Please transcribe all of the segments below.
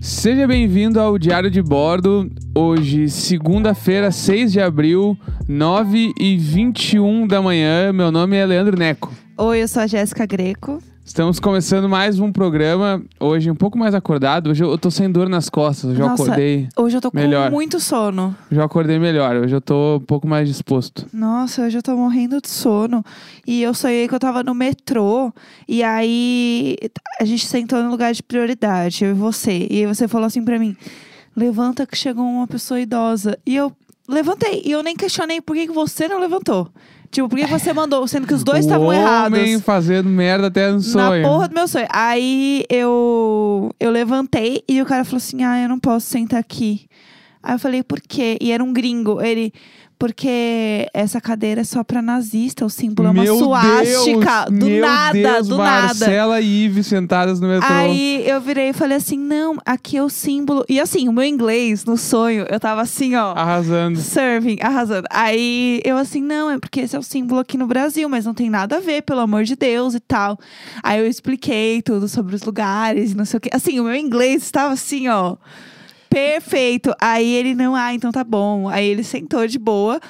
Seja bem-vindo ao Diário de Bordo. Hoje, segunda-feira, 6 de abril, 9 e 21 da manhã. Meu nome é Leandro Neco. Oi, eu sou a Jéssica Greco. Estamos começando mais um programa. Hoje, um pouco mais acordado. Hoje eu eu tô sem dor nas costas. Hoje eu Nossa. acordei. Hoje eu tô com Melhor. muito sono. Já acordei melhor. Hoje eu tô um pouco mais disposto. Nossa, hoje eu tô morrendo de sono. E eu sonhei que eu tava no metrô. E aí a gente sentou no lugar de prioridade, eu e você. E aí você falou assim pra mim: levanta que chegou uma pessoa idosa. E eu levantei. E eu nem questionei por que, que você não levantou. Tipo, por que você mandou? Sendo que os dois O estavam errados. homem fazendo merda até no sonho. Na porra do meu sonho. Aí eu, eu levantei e o cara falou assim: Ah, eu não posso sentar aqui. Aí eu falei, por quê? E era um gringo. Ele, porque essa cadeira é só pra nazista, o símbolo é Meu uma suástica. Deus, do meu nada, Deus, do nada. Marcela e Ives sentadas no metrô. Aí eu virei e falei assim: não, aqui é o símbolo. E assim, o meu inglês no sonho, eu tava assim, ó. Arrasando. Serving, arrasando. Aí eu assim, não, é porque esse é o símbolo aqui no Brasil, mas não tem nada a ver, pelo amor de Deus e tal. Aí eu expliquei tudo sobre os lugares, não sei o quê. Assim, o meu inglês estava assim, ó. Perfeito. Aí ele, não, ah, então tá bom. Aí ele sentou de boa.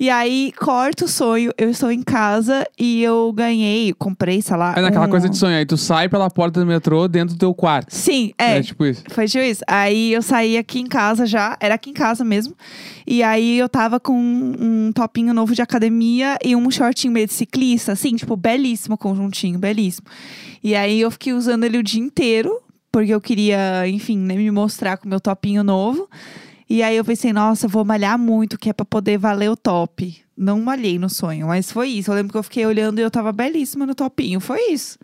E aí, corta o sonho, eu estou em casa e eu ganhei, comprei, sei lá. É naquela um- coisa de sonho. Aí tu sai pela porta do metrô dentro do teu quarto. Sim, É, é. tipo isso. Foi juiz. Aí eu saí aqui em casa já, era aqui em casa mesmo. E aí eu tava com um um topinho novo de academia e um shortinho meio de ciclista, assim, tipo, belíssimo conjuntinho, belíssimo. E aí eu fiquei usando ele o dia inteiro, porque eu queria, enfim, né, me mostrar com o meu topinho novo. E aí eu pensei, nossa, eu vou malhar muito, que é pra poder valer o top. Não malhei no sonho, mas foi isso. Eu lembro que eu fiquei olhando e eu tava belíssima no topinho. Foi isso.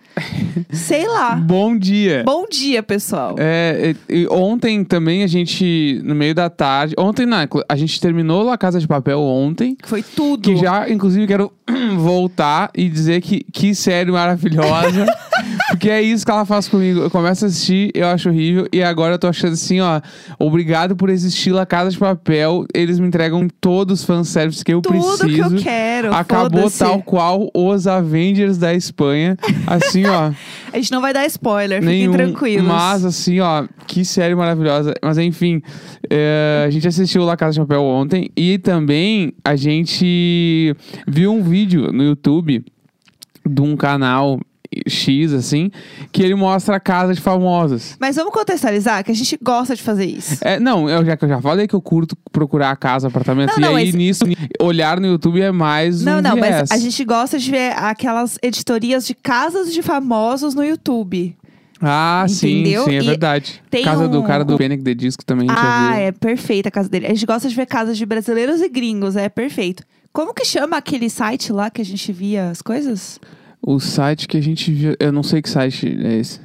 Sei lá. Bom dia. Bom dia, pessoal. É, e- e ontem também a gente, no meio da tarde. Ontem, não, inclu- a gente terminou La Casa de Papel ontem. Foi tudo. Que já, inclusive, quero voltar e dizer que, que série maravilhosa. porque é isso que ela faz comigo. Eu começo a assistir, eu acho horrível. E agora eu tô achando assim, ó. Obrigado por existir La Casa de Papel. Eles me entregam todos os fanservice que eu tudo preciso. que eu quero. Acabou foda-se. tal qual os Avengers da Espanha. Assim, ó. A gente não vai dar spoiler, Nenhum, fiquem tranquilos. Mas, assim, ó, que série maravilhosa. Mas, enfim, é, a gente assistiu La Casa de Papel ontem e também a gente viu um vídeo no YouTube de um canal X, assim, que ele mostra a casa de famosos. Mas vamos contextualizar que a gente gosta de fazer isso. É, não, eu já, que eu já falei que eu curto procurar a casa, apartamento. Não, e não, aí, esse- nisso, ni- olhar no YouTube é mais um Não, não, viés. mas a gente gosta de ver aquelas editorias de casas de famosos no YouTube. Ah, Entendeu? sim, sim, é E verdade. tem Casa do um- cara do Panic! The Disco também a gente já Ah, viu. é perfeita a casa dele. A gente gosta de ver casas de brasileiros e gringos, é perfeito. Como que chama aquele site lá que a gente via as coisas? O site que a gente viu. Eu não sei que site é esse.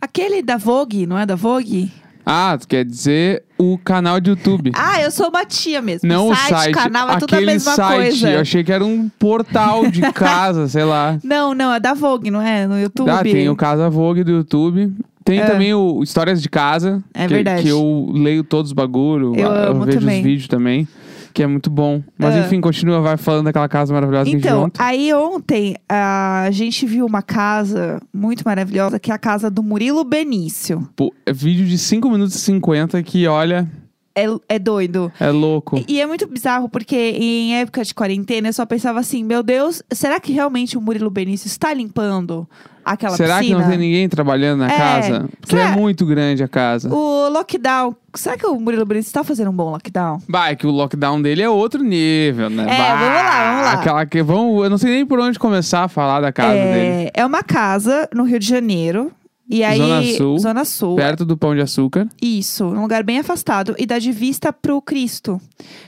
Aquele da Vogue, não é da Vogue? Ah, tu quer dizer o canal de YouTube. Ah, eu sou uma tia mesmo. não site, o site. canal, é aquele tudo a mesma site. coisa. Eu achei que era um portal de casa, sei lá. Não, não, é da Vogue, não é? No YouTube. Ah, tem o Casa Vogue do YouTube. Tem É. também o Histórias de Casa. É que, verdade. Que eu leio todos os bagulho. Eu amo vejo também. os vídeos também. Que é muito bom. Mas É. enfim, continua, vai falando daquela casa maravilhosa que a gente viu Então, ontem. aí ontem a gente viu uma casa muito maravilhosa, que é a casa do Murilo Benício. Pô, é vídeo de 5 minutos e 50 que, olha, É, é doido. é louco. E, e é muito bizarro, porque em época de quarentena eu só pensava assim: meu Deus, será que realmente o Murilo Benício está limpando aquela Será piscina? que não tem ninguém trabalhando na É. casa? Porque Será- é muito grande a casa. O lockdown. Será que o Murilo Benício está fazendo um bom lockdown? Bah, é que o lockdown dele é outro nível, né? É, Bah, vamos lá, vamos lá. Aquela que vamos, eu não sei nem por onde começar a falar da casa dele. é, é uma casa no Rio de Janeiro. E aí, Zona Sul. Zona Sul. Perto do Pão de Açúcar. Isso, um lugar bem afastado e dá de vista pro Cristo.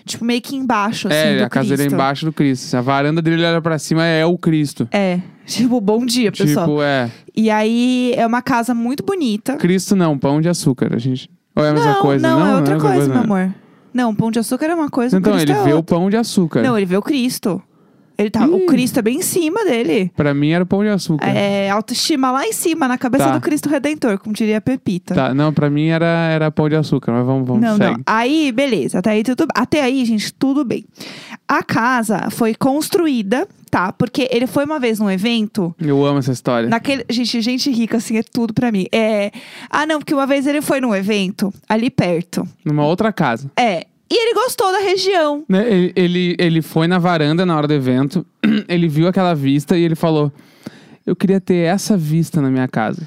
Tipo, meio que embaixo, assim, é, do a casa Cristo. dele é embaixo do Cristo. Se a varanda dele olha pra cima é o Cristo. É, tipo, bom dia, pessoal. Tipo, é. E aí, é uma casa muito bonita. Cristo não, Pão de Açúcar. A gente. Ou é a mesma não, coisa? não, Não, é a outra mesma coisa, meu né? amor. Não, Pão de Açúcar é uma coisa, o Então, Cristo ele é vê o outra. Pão de Açúcar. Não, ele vê o Cristo. Ele tá, Ih. O Cristo é bem em cima dele. Pra mim era o Pão de Açúcar. É autoestima lá em cima, na cabeça Tá. do Cristo Redentor, como diria a Pepita. Tá, não, pra mim era, era Pão de Açúcar, mas vamos, vamos, Não, segue. não. Aí, beleza. Até aí, tudo... Até aí, gente, tudo bem. A casa foi construída citar, porque ele foi uma vez num evento. Eu amo essa história. Naquele, gente, gente rica, assim, é tudo pra mim. É, ah, não, porque uma vez ele foi num evento ali perto. Numa outra casa. É. E ele gostou da região. Né, Ele, ele, ele foi na varanda na hora do evento, ele viu aquela vista e ele falou: Eu queria ter essa vista na minha casa.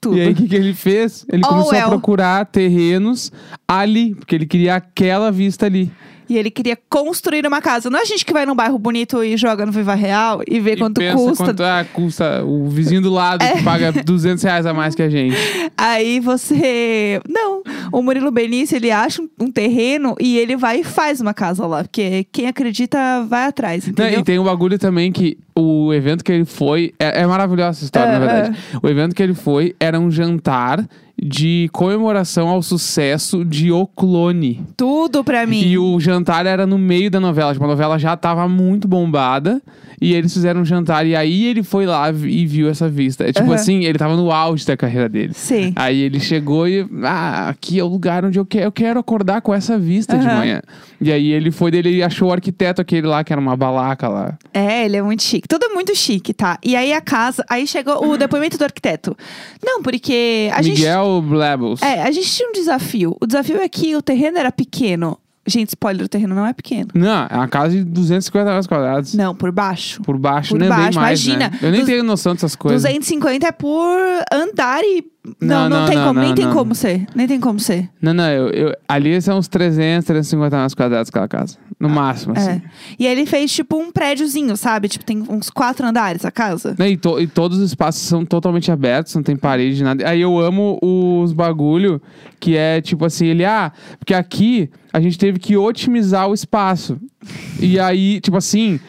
Tudo. E aí, o que, que ele fez? Ele Oh, começou well. a procurar terrenos ali, porque ele queria aquela vista ali. E ele queria construir uma casa. Não é a gente que vai num bairro bonito e joga no Viva Real e vê E quanto pensa custa. É. Quanto, ah, custa o vizinho do lado que paga 200 reais a mais que a gente. Aí você. Não. O Murilo Benício, ele acha um- um terreno e ele vai e faz uma casa lá. Porque quem acredita vai atrás, Né, entendeu? e tem um bagulho também que o evento que ele foi. É, é maravilhosa essa história, É, na verdade. O evento que ele foi era um jantar de comemoração ao sucesso de O Clone. Tudo pra mim. E o jantar era no meio da novela. Tipo, a novela já tava muito bombada. E eles fizeram um jantar. E aí ele foi lá vi- e viu essa vista. É tipo Aham. assim, ele tava no auge da carreira dele. Sim. Aí ele chegou e. Ah, aqui é o lugar onde eu quero, eu quero acordar com essa vista de Aham. manhã. E aí ele foi dele e achou o arquiteto aquele lá, que era uma balaca lá. É, ele é muito chique. Tudo é muito chique, tá? E aí a casa. Aí chegou o depoimento do arquiteto. Não, porque a gente. Miguel Blebels. É, a gente tinha um desafio. O desafio é que o terreno era pequeno. Gente, spoiler, o terreno não é pequeno. Não, é uma casa de 250 metros quadrados. Não, por baixo. Por baixo, Por né? nem baixo, mais, imagina. né? Eu nem Duz- tenho noção dessas coisas. 250 é por andar e. Não, Não, não, não, tem não, como. nem não, tem não. como ser. Nem tem como ser. Não, não, eu, eu- ali são uns 300, 350 metros quadrados aquela casa. No máximo, assim. É. E aí ele fez tipo um prédiozinho, sabe? Tipo, tem uns quatro andares a casa. Né, E, to- e todos os espaços são totalmente abertos, não tem parede, nada. Aí eu amo os bagulho que é tipo assim, ele, ah, porque aqui a gente teve que otimizar o espaço. E aí, tipo assim,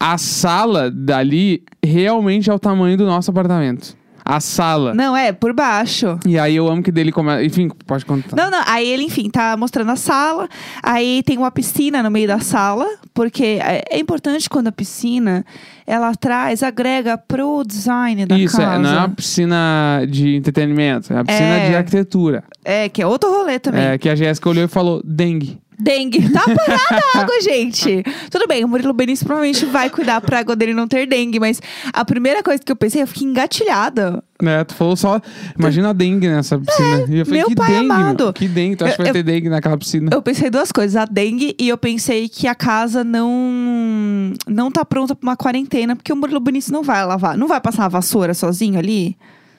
a sala dali realmente é o tamanho do nosso apartamento. A sala. Não, é, por baixo. E aí eu amo que dele começa. Enfim, pode contar. Não, não. Aí ele, enfim, tá mostrando a sala. Aí tem uma piscina no meio da sala, porque é é importante quando a piscina ela traz, agrega pro design da Isso, casa. é, não é uma piscina de entretenimento, é uma piscina É. de arquitetura. É, que é outro rolê também. É, que a Jéssica olhou e falou: dengue. Dengue. Tá parada a água, gente. Tudo bem, o Murilo Benício provavelmente vai cuidar pra água dele não ter dengue, mas a primeira coisa que eu pensei, eu fiquei engatilhada. Né? Tu falou só. Imagina a dengue nessa piscina. e eu falei, É, meu que pai dengue, meu? amado. Que dengue. Tu acha que Eu- vai ter dengue naquela piscina? Eu pensei duas coisas, a dengue e eu pensei que a casa não não tá pronta pra uma quarentena, porque o Murilo Benício não vai lavar, não vai passar a vassoura sozinho ali.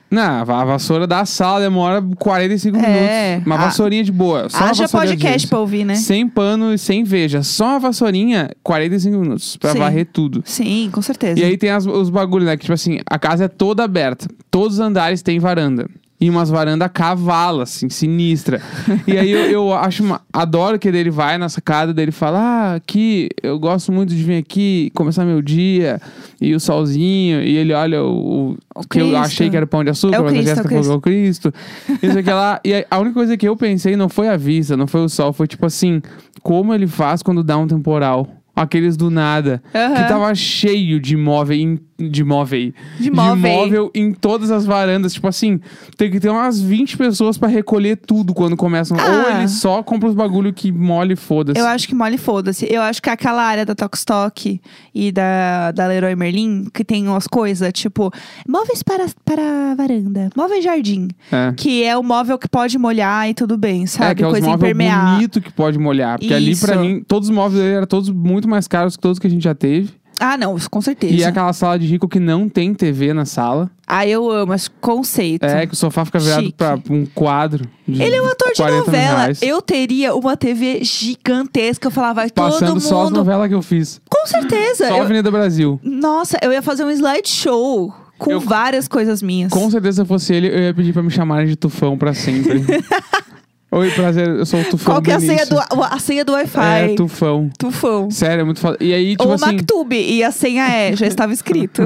Não, a va- a vassoura da sala demora 45 É, minutos. Uma a- vassourinha de boa. Só uma Haja vassourinha podcast disso. pra ouvir, né? Sem pano e sem veja. Só uma vassourinha, 45 minutos. Pra Sim. varrer tudo. Sim, com certeza. E aí tem as- os bagulhos, né? Que, tipo assim, a casa é toda aberta. Todos os andares têm varanda. E umas varanda cavala, assim, sinistra. E aí eu, eu acho uma- adoro que ele vai na sacada dele e fala: Ah, aqui, eu gosto muito de vir aqui começar meu dia. E o solzinho. E ele olha o. o- O que eu Cristo. achei que era pão de açúcar, É o mas Cristo, a Jéssica é o falou que é o Cristo. Isso aqui lá. E aí, a única coisa que eu pensei não foi a vista, não foi o sol, foi tipo assim: como ele faz quando dá um temporal? Aqueles do nada. Aham. Que tava cheio de móvel em, de móvel. De móvel. móvel em todas as varandas. Tipo assim, tem que ter umas 20 pessoas pra recolher tudo quando começam. Ah. Ou ele só compra os bagulho que molha e foda-se. É. Eu acho que mole foda-se. Eu acho que aquela área da Tokstok e da, da Leroy Merlin, que tem umas coisas, tipo, móveis para, para a varanda, móveis jardim, É. que é o móvel que pode molhar e tudo bem, sabe? É, que é os Coisa móveis impermeável. bonito que pode molhar. Porque ali, pra Isso. mim, todos os móveis dele eram todos muito mais caros que todos que a gente já teve. Ah, não, isso com certeza. E é aquela sala de rico que não tem TV na sala. Ah, eu amo esse conceito. É, que o sofá fica virado Chique. pra pra um quadro. de Ele é um ator de 40 mil novela. reais. Eu teria uma TV gigantesca. Eu falava, vai todo Passando mundo. só as novelas que eu fiz. Com certeza. Só Eu- Avenida Brasil. Nossa, eu ia fazer um slideshow com Eu- várias coisas minhas. Com certeza, se eu fosse ele, eu ia pedir pra me chamarem de Tufão pra sempre. Oi, prazer, eu sou o Tufão. Qual que é a senha Benício. do, a senha do Wi-Fi? É, Tufão. Tufão. Sério, é muito foda. E aí, tipo Ou assim. Mactube, e a senha é, já estava escrito.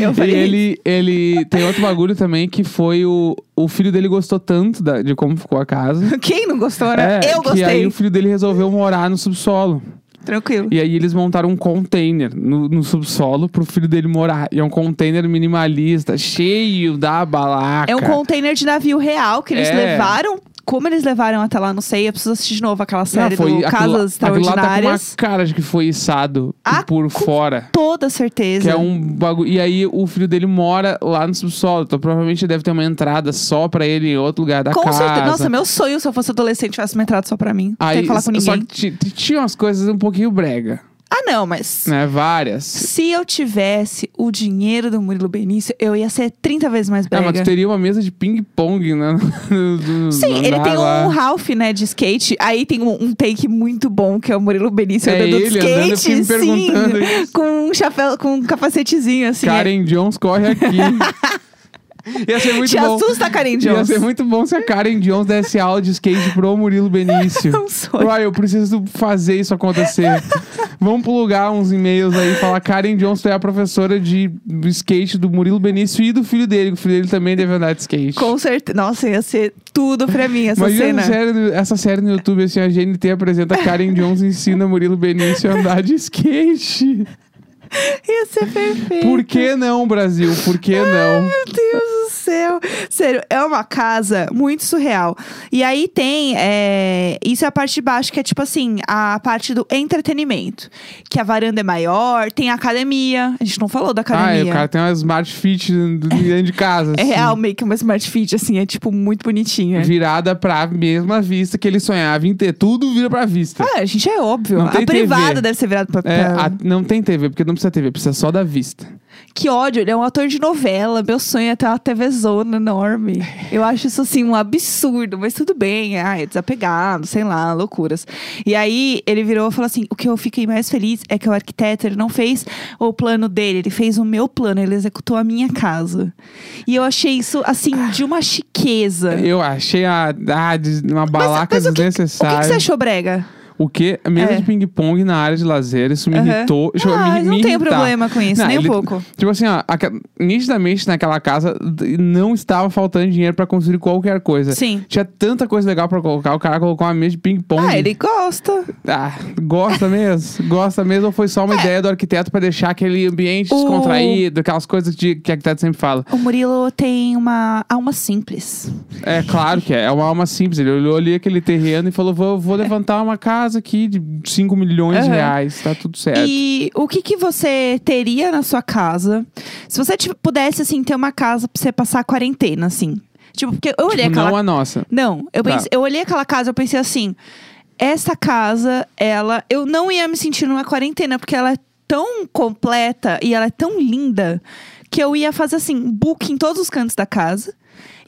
Eu E falei, ele, ele tem outro bagulho também que foi o, o filho dele gostou tanto da- de como ficou a casa. quem não gostou, né? É, eu que aí gostei. o filho dele resolveu morar no subsolo. Tranquilo. E aí eles montaram um container no, no subsolo pro filho dele morar. E é um container minimalista, cheio da balaca. um É um container de navio real que eles É. levaram como eles levaram até lá, não sei. Eu preciso assistir de novo aquela série Não, foi do aquilo- Casas aquilo lá tá com uma Extraordinárias. cara de que foi içado Ah, por com fora. Toda certeza. Que é um bagulho. E aí o filho dele mora lá no subsolo. Então provavelmente deve ter uma entrada só pra ele em outro lugar da Com casa. certeza. Nossa, meu sonho se eu fosse adolescente tivesse uma entrada só pra mim. não tem Aí, que falar com Só ninguém. que ti- ti- tinha umas coisas um pouquinho brega, Ah, não, mas. né? Várias. Se eu tivesse o dinheiro do Murilo Benício, eu ia ser 30 vezes mais Ah, brega. mas tu teria uma mesa de ping-pong, né? No- no- Sim, no ele andar tem lá. um Ralph, né, de skate. Aí tem um, um take muito bom, que é o Murilo Benício É andando de ele skate. andando, eu fiquei me perguntando sim, isso. com um chapéu, com um capacetezinho, assim. é. Karen Jones corre aqui. Ia ser muito Te bom. assusta, Karen Ia Jones. ser muito bom se a Karen Jones desse aula de skate pro Murilo Benício. É um sonho. Roy, eu preciso fazer isso acontecer. Vamos plugar uns e-mails aí. Falar, Karen Jones, tu é a professora de skate do Murilo Benício e do filho dele. que O filho dele também deve andar de skate. Com certeza. Nossa, ia ser tudo pra mim essa Imagina cena. essa série, no- essa série no YouTube, assim, a GNT apresenta Karen Jones ensina Murilo Benício a andar de skate. Ia ser perfeito. Por que não, Brasil? Por que não? Meu Deus do céu. Sério, é uma casa muito surreal. E aí tem. é, Isso é a parte de baixo, que é tipo assim, a parte do entretenimento. Que a varanda é maior, tem a academia. A gente não falou da Ah, é, o academia. cara tem uma Smart Fit do- dentro de casa. É assim, real, meio que uma smart feed, assim, é tipo muito bonitinha. Virada pra mesma vista que ele sonhava em ter. Tudo vira pra vista. Ah, a gente é óbvio. Não a tem privada TV. deve ser virada pra. É, pra- a- não tem TV, porque não precisa TV, precisa só da vista. Que ódio, ele é um ator de novela. Meu sonho é ter uma TVzona enorme. Eu acho isso, assim, um absurdo, mas tudo bem. Ah, é desapegado, sei lá, loucuras. E aí, ele virou e falou assim: o que eu fiquei mais feliz é que o arquiteto, ele não fez o plano dele, ele fez o meu plano, ele executou a minha casa. E eu achei isso, assim, de uma chiqueza. Eu achei a, a des- uma balaca É. mas o que- O que, desnecessária. que você achou, Brega? O quê? Mesa É. de ping-pong na área de lazer, isso me Aham. irritou. Deixa eu- Ah, me, não me tenho irritar. problema com isso, Não, nem ele- um pouco. Tipo assim, ó, aque- nitidamente naquela casa d- não estava faltando dinheiro pra construir qualquer coisa. Sim. Tinha tanta coisa legal pra colocar, o cara colocou uma mesa de ping-pong. Ah, ele gosta. Ah, gosta mesmo? gosta mesmo ou foi só uma ideia do arquiteto pra deixar aquele ambiente É. O- descontraído, aquelas coisas de- que o arquiteto sempre fala? O Murilo tem uma alma simples. É claro que é, é uma alma simples. Ele olhou ali aquele terreno e falou: vou, vou levantar uma casa aqui de 5 milhões de Aham. reais, tá tudo certo. E o que, que você teria na sua casa? Se você tipo, pudesse, assim, ter uma casa pra você passar a quarentena, assim. Tipo, porque eu olhei Tipo, aquela. Não a nossa. Não, eu, Tá. pensei- eu olhei aquela casa, eu pensei assim: essa casa, ela. Eu não ia me sentir numa quarentena, porque ela é tão completa e ela é tão linda que eu ia fazer assim, book em todos os cantos da casa.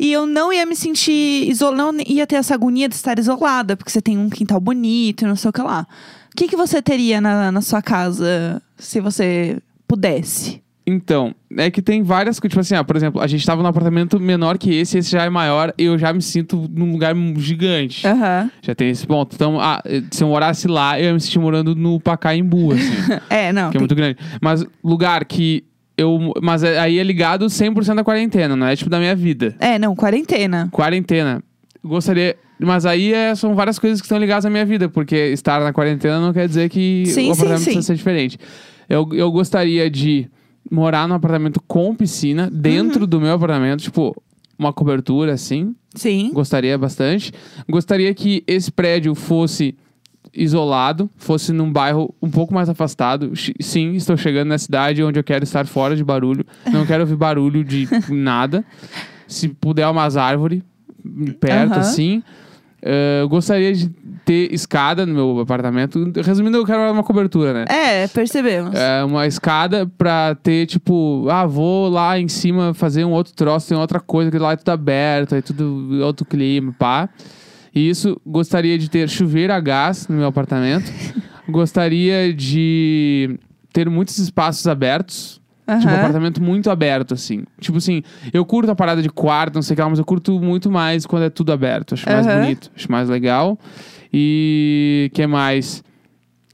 E eu não ia me sentir isolada, não ia ter essa agonia de estar isolada, porque você tem um quintal bonito e não sei o que lá. O que, que você teria na, na sua casa se você pudesse? Então, é que tem várias coisas. Tipo assim, ah, por exemplo, a gente tava num apartamento menor que esse, esse já é maior, eu já me sinto num lugar gigante. Aham. Já tem esse ponto. Então, ah, se eu morasse lá, eu ia me sentir morando no Pacaembu, assim, É, não. que é tem- muito grande. Mas lugar que eu. Mas é- aí é ligado 100% da quarentena, não é tipo da minha vida. É, não, quarentena. Quarentena. Gostaria. Mas aí é- são várias coisas que estão ligadas à minha vida, porque estar na quarentena não quer dizer que Sim, o sim, apartamento sim. precisa ser diferente. Eu, eu gostaria de morar num apartamento com piscina, Uhum. dentro do meu apartamento, tipo, uma cobertura assim. Sim. Gostaria bastante. Gostaria que esse prédio fosse isolado, fosse num bairro um pouco mais afastado. Chi- Sim, estou chegando na cidade onde eu quero estar fora de barulho. Não quero ouvir barulho de nada. Se puder, umas árvores perto, Aham. assim. Eh, eu gostaria de ter escada no meu apartamento. Resumindo, eu quero uma cobertura, né? É, percebemos. É, uma escada pra ter, tipo, ah, vou lá em cima fazer um outro troço, tem outra coisa, que lá é tudo aberto, aí tudo outro clima, pá. E isso, gostaria de ter chuveiro a gás no meu apartamento. gostaria de ter muitos espaços abertos. Tipo, um Aham. apartamento muito aberto, assim. Tipo assim, eu curto a parada de quarto, não sei o que lá, mas eu curto muito mais quando é tudo aberto. Acho mais Aham. bonito, acho mais legal. E que mais?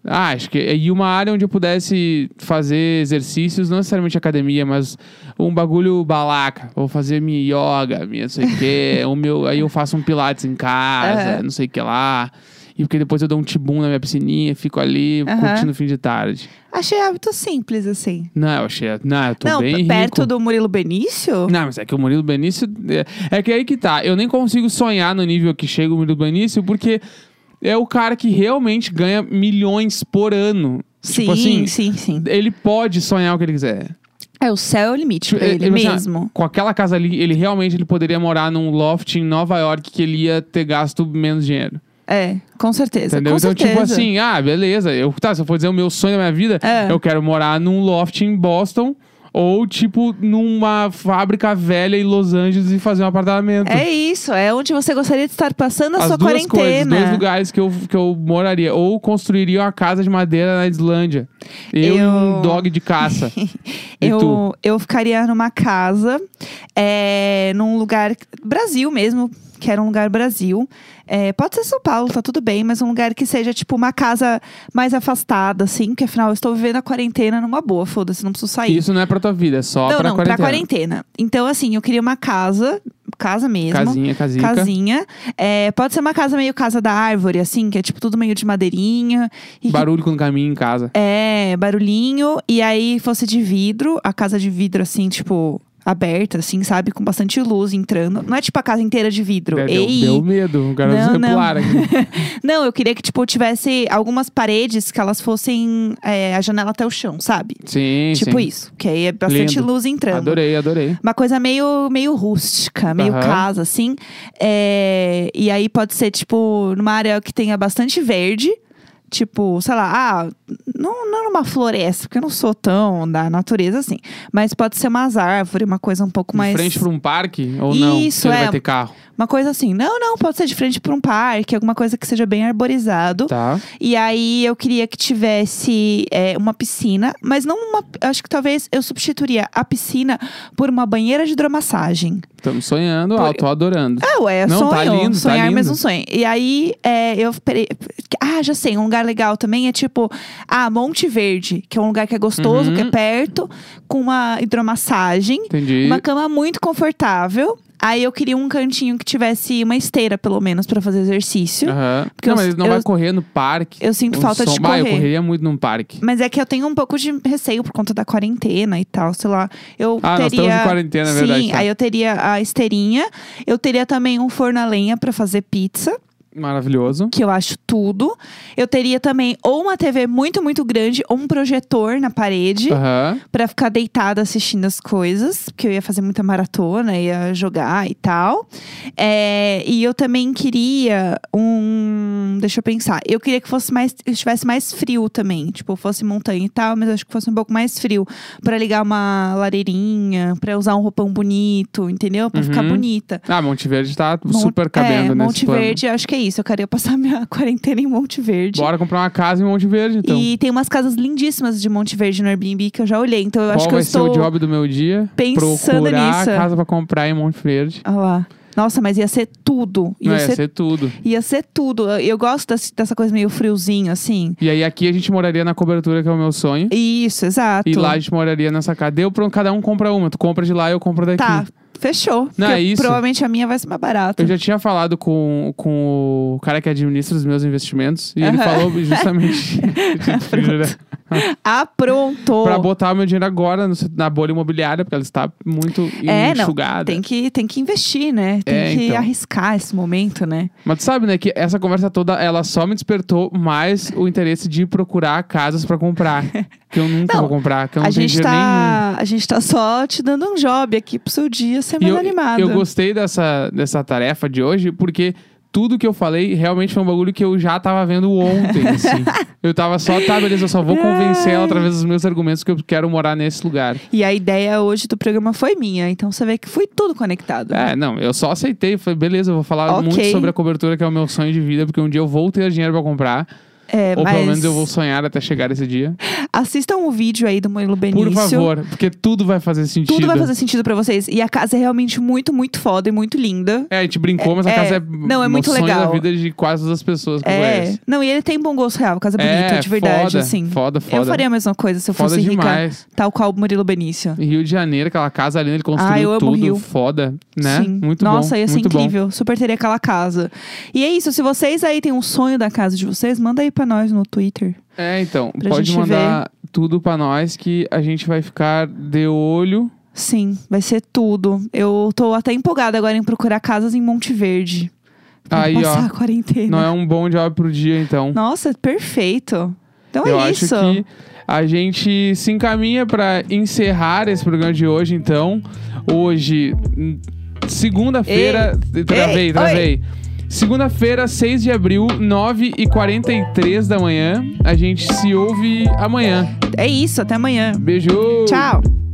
Ah, acho que. E uma área onde eu pudesse fazer exercícios, não necessariamente academia, mas um bagulho balaca. Vou fazer minha yoga, minha não sei o quê. o meu, aí eu faço um pilates em casa, Aham. não sei o que lá. E porque depois eu dou um tibum na minha piscininha, fico ali Aham. curtindo o fim de tarde. Achei hábito simples, assim. Não, eu achei. Não, eu tô não, bem perto rico. do Murilo Benício? Não, mas é que o Murilo Benício. É, é que aí que tá. Eu nem consigo sonhar no nível que chega o Murilo Benício, porque é o cara que realmente ganha milhões por ano. Sim, Tipo assim, sim, sim. ele pode sonhar o que ele quiser. É, o céu é o limite pra É, ele, tipo assim, mesmo. Com aquela casa ali, ele realmente ele poderia morar num loft em Nova York que ele ia ter gasto menos dinheiro. É, com certeza. Entendeu? Com então, certeza. tipo assim, ah, beleza. Eu, tá, se eu for dizer o meu sonho da minha vida, É. eu quero morar num loft em Boston ou, tipo, numa fábrica velha em Los Angeles e fazer um apartamento. É isso, é onde você gostaria de estar passando a As sua duas coisas, quarentena. dois lugares que eu, que eu moraria. Ou construiria uma casa de madeira na Islândia. Eu, Eu- e um dog de caça. E tu? eu, eu ficaria numa casa, é, num lugar. Brasil mesmo, que era um lugar Brasil. É, pode ser São Paulo, tá tudo bem, mas um lugar que seja, tipo, uma casa mais afastada, assim, que afinal eu estou vivendo a quarentena numa boa, foda-se, não preciso sair. Isso não é pra tua vida, é só não, pra não, quarentena. pra quarentena. Então, assim, eu queria uma casa, casa mesmo. Casinha, casinha. Casinha. É, pode ser uma casa meio casa da árvore, assim, que é tipo tudo meio de madeirinha. E que Barulho com o caminho em casa. é, barulhinho. E aí fosse de vidro, a casa de vidro, assim, tipo, aberta, assim, sabe? Com bastante luz entrando. Não é tipo a casa inteira de vidro. É, Ei! Deu, deu medo, o garoto Não, não. exemplar aqui. Não, eu queria que, tipo, tivesse algumas paredes que elas fossem é, a janela até o chão, sabe? Sim, tipo sim. isso. Que aí é bastante Lindo. luz entrando. Adorei, adorei. Uma coisa meio, meio rústica, meio Aham. casa, assim. É, e aí pode ser, tipo, numa área que tenha bastante verde. Tipo, sei lá, ah, não, não numa floresta, porque eu não sou tão da natureza assim. Mas pode ser umas árvores, uma coisa um pouco mais. De frente pra um parque ou não? Isso, Você é. vai ter carro. Uma coisa assim. Não, não, pode ser de frente pra um parque, alguma coisa que seja bem arborizado. Tá. E aí eu queria que tivesse é, uma piscina, mas não uma. Acho que talvez eu substituiria a piscina por uma banheira de hidromassagem. Estamos sonhando, Por- ah, tô adorando. Ah, ué, Não, sonho. tá lindo, tá Sonhar lindo. mais um sonho. E aí, é, eu. Peraí, ah, já sei. Um lugar legal também é tipo. Ah, Monte Verde, que é um lugar que é gostoso, Uhum. que é perto, com uma hidromassagem, Entendi. uma cama muito confortável. Aí eu queria um cantinho que tivesse uma esteira, pelo menos, pra fazer exercício. Aham. Porque Não, eu- mas ele não eu- vai correr no parque. Eu sinto Ah, Um falta de som- Bah, eu correr. correria muito num parque. Mas é que eu tenho um pouco de receio por conta da quarentena e tal, sei lá. Eu Ah, nós teria... estamos em quarentena, é Sim, verdade, tá. aí eu teria a esteirinha. Eu teria também um forno a lenha pra fazer pizza. Maravilhoso. que eu acho tudo. Eu teria também ou uma TV muito, muito grande, ou um projetor na parede. pra Aham. ficar deitada assistindo as coisas, porque eu ia fazer muita maratona, ia jogar e tal. É, e eu também queria um. Deixa eu pensar. Eu queria que fosse mais. Estivesse mais frio também. Tipo, fosse montanha e tal, mas acho que fosse um pouco mais frio. Pra ligar uma lareirinha, pra usar um roupão bonito, entendeu? Pra ficar Uhum. bonita. Ah, Monte Verde tá Mon- super cabendo nesse é, Monte plano. Verde, acho que é isso. Eu queria passar minha quarentena em Monte Verde. Bora comprar uma casa em Monte Verde, então. E tem umas casas lindíssimas de Monte Verde no Airbnb que eu já olhei. Então eu Qual acho que eu vai ser estou. o job do meu dia? pensando Procurar nisso. a casa pra comprar em Monte Verde. Olha lá. Nossa, mas ia ser tudo. Ia, Não, É, ia ser... ser tudo. ia ser tudo. Eu, eu gosto desse- dessa coisa meio friozinho, assim. E aí aqui a gente moraria na cobertura, que é o meu sonho. Isso, exato. E lá a gente moraria nessa casa. Deu pra cada um compra uma. Tu compra de lá, eu compro daqui. Tá, fechou. Não, Porque é isso. Provavelmente a minha vai ser mais barata. Eu já tinha falado com, com o cara que administra os meus investimentos. E ele Aham. falou justamente... né? Aprontou. pra botar o meu dinheiro agora no- na bolha imobiliária. Porque ela está muito É, não. enxugada. Tem que, tem que investir, né? Tem né? É, que então. arriscar esse momento, né? Mas tu sabe, né, que essa conversa toda, ela só me despertou mais o interesse de procurar casas pra comprar. que eu nunca Não, vou comprar, que eu Então, não A tenho gente, dinheiro nenhum. tá, a gente tá só te dando um job aqui pro seu dia ser E mais eu, animado. eu gostei dessa, dessa tarefa de hoje, porque tudo que eu falei realmente foi um bagulho que eu já tava vendo ontem, assim. Eu tava só, tá, beleza, eu só vou convencer ela através dos meus argumentos que eu quero morar nesse lugar. E a ideia hoje do programa foi minha, então você vê que foi tudo conectado. É, não, eu só aceitei, falei, beleza, eu vou falar Ok. muito sobre a cobertura, que é o meu sonho de vida, porque um dia eu vou ter dinheiro pra comprar. É, Ou mas pelo menos eu vou sonhar até chegar esse dia. assistam o vídeo aí do Murilo Benício. Por favor, porque tudo vai fazer sentido. É Tudo vai fazer sentido pra vocês. E a casa é realmente muito, muito foda e muito linda. É, a gente brincou, mas a É, casa é. não, é um muito sonho legal. da vida de quase todas as pessoas que É. conhece. Não, e ele tem bom gosto real. A casa é bonita, é, de verdade, foda, assim. Foda, foda. Eu faria a mesma coisa se eu foda fosse rica, demais. tal qual o Murilo Benício. Rio de Janeiro, aquela casa ali, ele Ah, eu construiu amo tudo, Rio. foda, né? Sim. Muito bom. Nossa, ia ser muito bom. incrível. Super teria aquela casa. E é isso. Se vocês aí têm um sonho da casa de vocês, manda aí pra nós no Twitter. É, então, Pra pode gente mandar tudo pra nós que a gente vai ficar de olho. Sim, vai ser tudo. Eu tô até empolgada agora em procurar casas em Monte Verde. Pra Aí, passar ó. a quarentena. Não é um bom job pro dia, então. Nossa, perfeito. Então Eu é acho isso. que a gente se encaminha pra encerrar esse programa de hoje, então. Hoje, hum, segunda-feira. Travei, ei, travei. Segunda-feira, 6 de abril, 9h43 da manhã. A gente se ouve amanhã. É isso. Até amanhã. Beijo! Tchau.